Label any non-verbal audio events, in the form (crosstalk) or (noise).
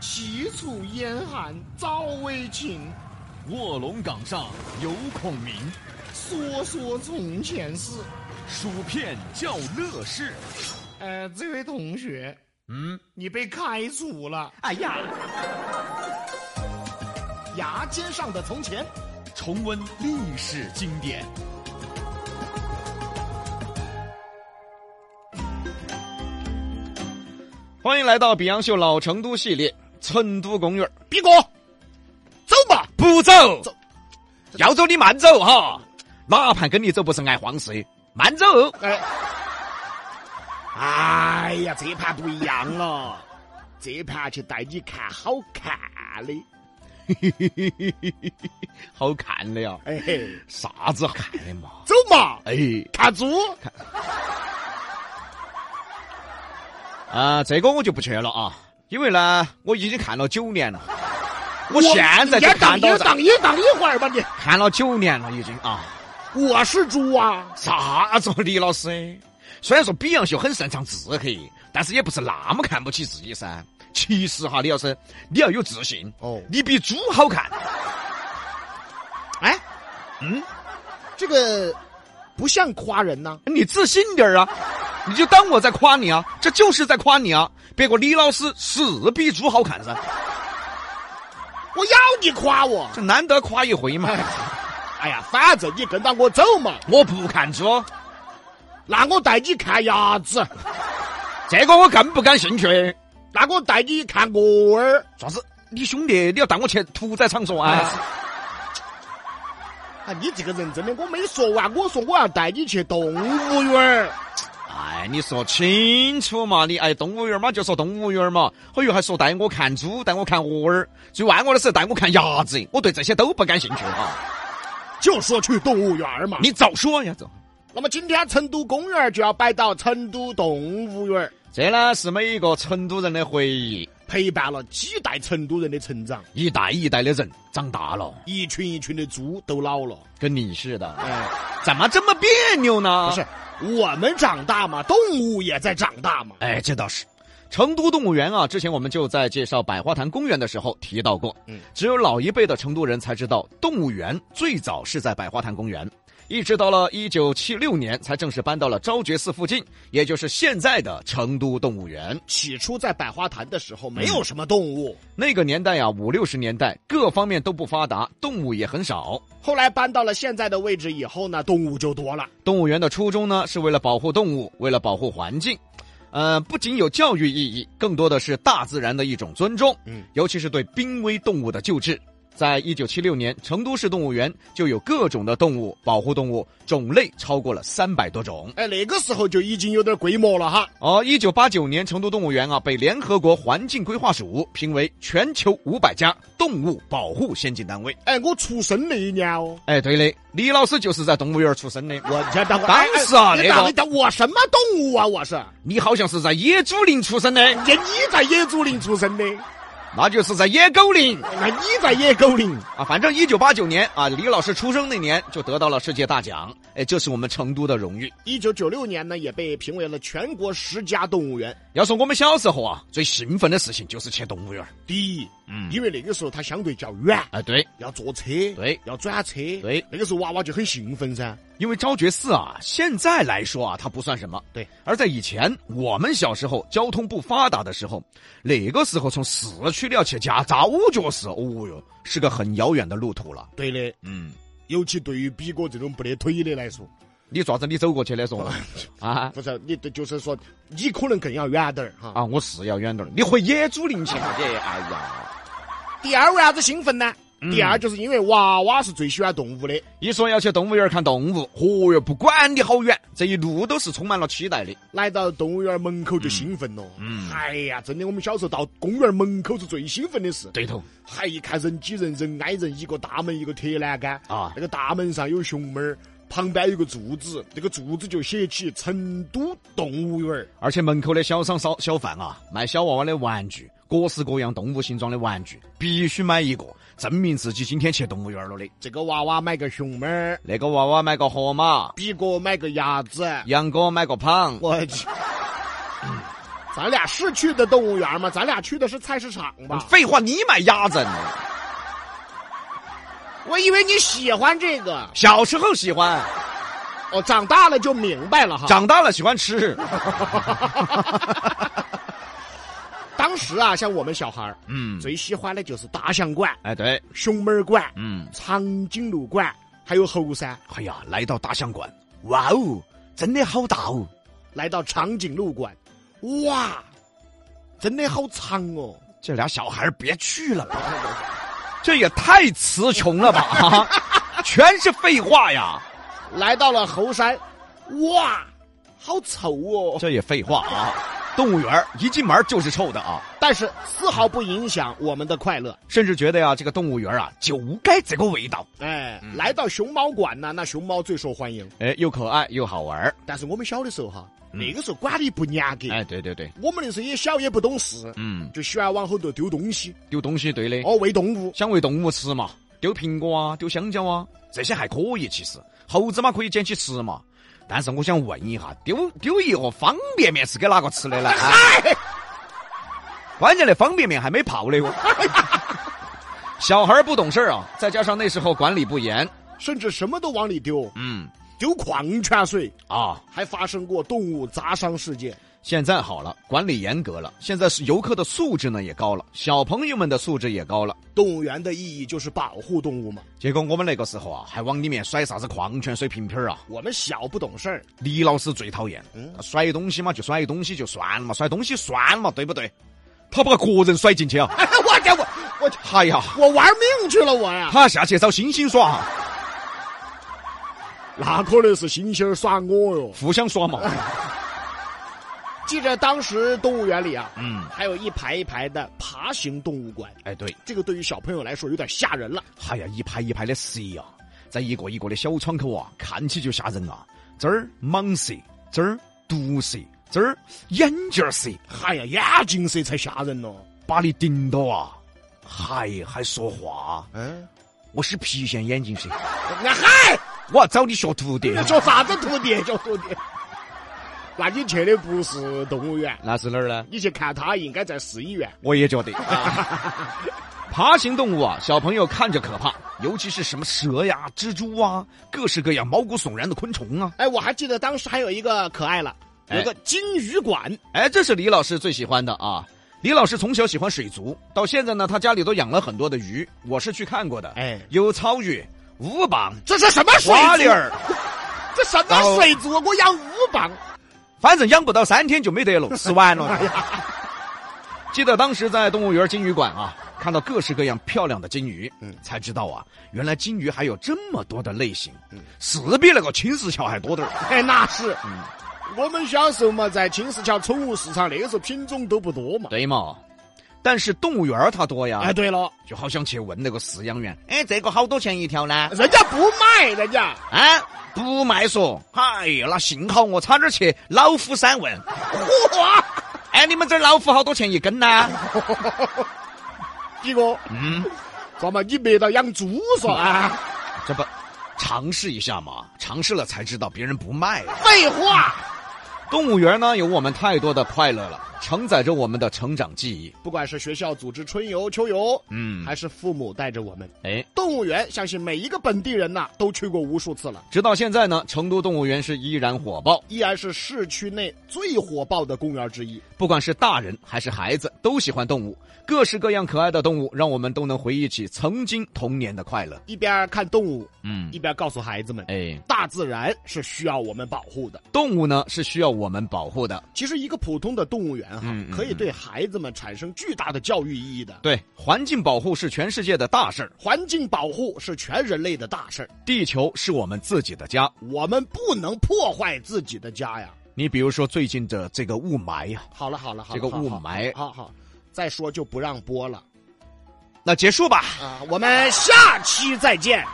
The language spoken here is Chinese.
齐楚燕韩赵魏秦，卧龙岗上有孔明，说说从前事。薯片叫乐事。呃，这位同学，嗯，你被开除了。哎呀，牙尖上的从前，重温历史经典。欢迎来到《比洋秀老成都》系列《成都公园》。逼哥，走吧，不走，走要走你慢走哈，哪盘跟你走不是挨晃事，慢走。哎，哎呀，这盘不一样了，这盘就带你看好看的。 (laughs) 好看的呀，哎嘿，啥子好看的嘛？走嘛，哎，看猪。 (laughs) 啊、这个我就不去了啊，因为呢，我已经看了九年了，我我现在你也就等看到一这，等一等一会儿吧，你。看了九年了已经啊。我是猪啊，啥子李老师？虽然说比洋秀很擅长自黑，但是也不是那么看不起自己噻。其实哈，李老师，你要有自信哦你比猪好看。哎，嗯，这个不像夸人呐、你自信点儿啊！你就当我在夸你啊，这就是在夸你啊。别个李老师是比猪好看噻，我要你夸我。这难得夸一回嘛。哎呀，反正你跟到我走嘛，我不看猪，那我带你看鸭子，这个我更不感兴趣。那我带你看鹅儿。啥子？你兄弟，你要带我去屠宰场说哎啊？啊，你这个人真的，我没说完，我说我要带你去动物园儿。哎，你说清楚嘛！你哎，动物园嘛就说动物园嘛，哎呦还说带我看猪，带我看鹅儿，最万恶的是带我看鸭子，我对这些都不感兴趣啊！就说去动物园儿嘛。你早说呀，走。那么今天成都公园儿就要摆到成都动物园儿，这呢是每一个成都人的回忆，陪伴了几代成都人的成长，一代一代的人长大了，一群一群的猪都老了。跟你似的，哎，怎么这么别扭呢？不是，，我们长大嘛，动物也在长大嘛。哎，这倒是。成都动物园啊，之前我们就在介绍百花坛公园的时候提到过，嗯只有老一辈的成都人才知道，动物园最早是在百花坛公园，一直到了一九七六年才正式搬到了昭觉寺附近，也就是现在的成都动物园。起初在百花坛的时候，没有什么动物，那个年代啊，五六十年代各方面都不发达，动物也很少。后来搬到了现在的位置以后呢，动物就多了。动物园的初衷呢，是为了保护动物，为了保护环境。呃，不仅有教育意义，更多的是大自然的一种尊重。嗯，尤其是对濒危动物的救治。在一九七六年，成都市动物园就有各种的动物保护动物，种类超过了三百多种。哎，那个时候就已经有点规模了哈。而一九八九年，成都动物园啊被联合国环境规划署评为全球五百家动物保护先进单位。哎，我出生那一年哦，哎，对的，李老师就是在动物园出生的。我天等会儿当哎哎时啊你那个等一等，我什么动物啊？我是，你好像是在野猪林出生的，你你在野猪林出生的，那就是在野狗林。那你在野狗林。啊，反正一九八九年啊，李老师出生那年就得到了世界大奖，哎，这是我们成都的荣誉。一九九六年呢，也被评为了全国十佳动物园。要说我们小时候啊，最兴奋的事情就是去动物园。第一，嗯因为那个时候它相对较远，哎，对，要坐车，对要转车，对那个时候娃娃就很兴奋噻。因为昭觉寺啊，现在来说啊，它不算什么。对，而在以前，我们小时候交通不发达的时候，那个时候从市区里要去家昭觉寺，哦哟，是个很遥远的路途了。对的，嗯，尤其对于比哥这种不得腿的来说，你爪子你走过去的说啊不是你对，就是说你可能更要远点儿哈。啊，我是要远点儿，你回野猪林去嘛？你哎呀，第二为啥子兴奋呢？嗯第二就是因为娃娃是最喜欢动物的，一说要去动物园看动物，哦哟，不管你好远，这一路都是充满了期待的。来到动物园门口就兴奋了。嗯哎呀，真的，我们小时候到公园门口是最兴奋的事。对头，还一看人挤人，人挨人，一个大门一个铁栏杆啊那个大门上有熊猫儿，旁边有个柱子，这个柱子就写起“成都动物园儿而且门口的小商小小贩啊，卖小娃娃的玩具，各式各样动物形状的玩具，必须买一个，证明自己今天去动物园了的”。。这个娃娃买个熊猫儿，那个娃娃买个河马，比哥买个鸭子，杨哥买个胖，我去，咱俩是去的动物园吗？咱俩去的是菜市场吧？废话，你买鸭子呢？我以为你喜欢这个，小时候喜欢，哦，长大了就明白了哈。长大了喜欢吃。当时啊，像我们小孩儿嗯，最喜欢的就是大象馆、哎对，熊猫馆、嗯，长颈鹿馆，还有猴山。哎呀，来到大象馆，哇哦，真的好大哦！来到长颈鹿馆，哇，真的好长哦。这俩小孩儿别去了吧， (laughs) 这也太词穷了吧！啊， (laughs) 全是废话呀，来到了猴山，哇，好丑哦。这也废话啊。动物园儿一进门儿就是臭的啊，但是丝毫不影响我们的快乐。甚至觉得呀，这个动物园儿啊就该这个味道，哎，嗯来到熊猫馆呢，那熊猫最受欢迎。哎，又可爱又好玩儿。但是我们小的时候哈，嗯那个时候管理不严格，哎，对对对，我们那时候也小也不懂事，嗯，就喜欢往后头丢东西，丢东西对的。哦，喂动物。想喂动物吃嘛，丢苹果啊，丢香蕉啊，这些还可以。其实猴子嘛可以捡起吃嘛，但是我想问一下，丢丢一盒方便面是给哪个吃的呢？啊关键那方便面还没泡的哟。 (laughs) 小孩儿不懂事儿啊，再加上那时候管理不严，甚至什么都往里丢，嗯丢矿泉水，啊，还发生过动物砸伤事件。现在好了，管理严格了，现在是游客的素质呢也高了，小朋友们的素质也高了。动物园的意义就是保护动物嘛。结果我们那个时候啊，还往里面甩啥子矿泉水瓶瓶儿啊，我们小不懂事儿，李老师最讨厌，嗯甩东西嘛就甩东西就算了嘛，甩东西算了嘛，对不对？他把个人甩进去啊！ (laughs) 我这我我这哎呀，我玩命去了我 (laughs) 呀！他下去找星星耍，啊那可能是猩猩耍我哟。互相耍嘛。记着当时动物园里啊，嗯，还有一排一排的爬行动物馆，哎对，这个对于小朋友来说有点吓人了。哎呀，一排一排的蛇呀、在一个一个的小窗口啊，看起就吓人啊。这儿蟒蛇，这儿毒蛇，这儿眼镜蛇，哎呀，眼镜蛇才吓人呢。把你盯到啊！还还说话，啊嗯，我是郫县眼镜蛇，那嗨，我要找你学徒弟你。说啥子徒弟？叫徒弟？ (laughs) 那你去的不是动物园，那是哪儿呢？你去看他应该在市医院。我也觉得。啊 (laughs) 爬行动物啊，小朋友看着可怕，尤其是什么蛇呀、蜘蛛啊，各式各样毛骨悚然的昆虫啊。哎，我还记得当时还有一个可爱了，有一个金鱼馆。哎，这是李老师最喜欢的啊。李老师从小喜欢水族，到现在呢，他家里都养了很多的鱼，我是去看过的。哎有草鱼、乌蚌、这是什么水花族鲢？儿，这什然后么水族？我养五磅。反正养不到三天就没 (laughs) 得了，吃完了。记得当时在动物园金鱼馆啊，看到各式各样漂亮的金鱼，嗯才知道啊，原来金鱼还有这么多的类型嗯，是比那个青石桥还多点儿。哎，那是。嗯我们小时候嘛，在青石桥宠物市场，那个时候品种都不多嘛。对啊嘛？但是动物园儿它多呀，哎，对了，就好想去问那个饲养员，哎，这个好多钱一条呢？人家不卖，人家啊，不卖说，哎呀，那幸好我差点去老虎山问，嚯，哎，你们这儿老虎好多钱一根呢？几个，嗯，知道吗？你没到养猪嗦啊？这不尝试一下嘛，尝试了才知道别人不卖啊。废话，动物园呢，有我们太多的快乐了，承载着我们的成长记忆。不管是学校组织春游、秋游，嗯还是父母带着我们，哎，动物园，相信每一个本地人呐、都去过无数次了，直到现在呢，成都动物园是依然火爆，依然是市区内最火爆的公园之一。不管是大人还是孩子，都喜欢动物，各式各样可爱的动物，让我们都能回忆起曾经童年的快乐。一边看动物，嗯一，边告诉孩子们，哎，大自然是需要我们保护的。动物呢是需要我们保护的。其实，一个普通的动物园哈嗯嗯，可以对孩子们产生巨大的教育意义的。对，环境保护是全世界的大事儿，环境保护是全人类的大事儿，地球是我们自己的家。我们不能破坏自己的家呀。你比如说最近的这个雾霾呀、好了好了好了，这个好雾好霾好好，再说就不让播了那结束吧。啊。我们下期再见。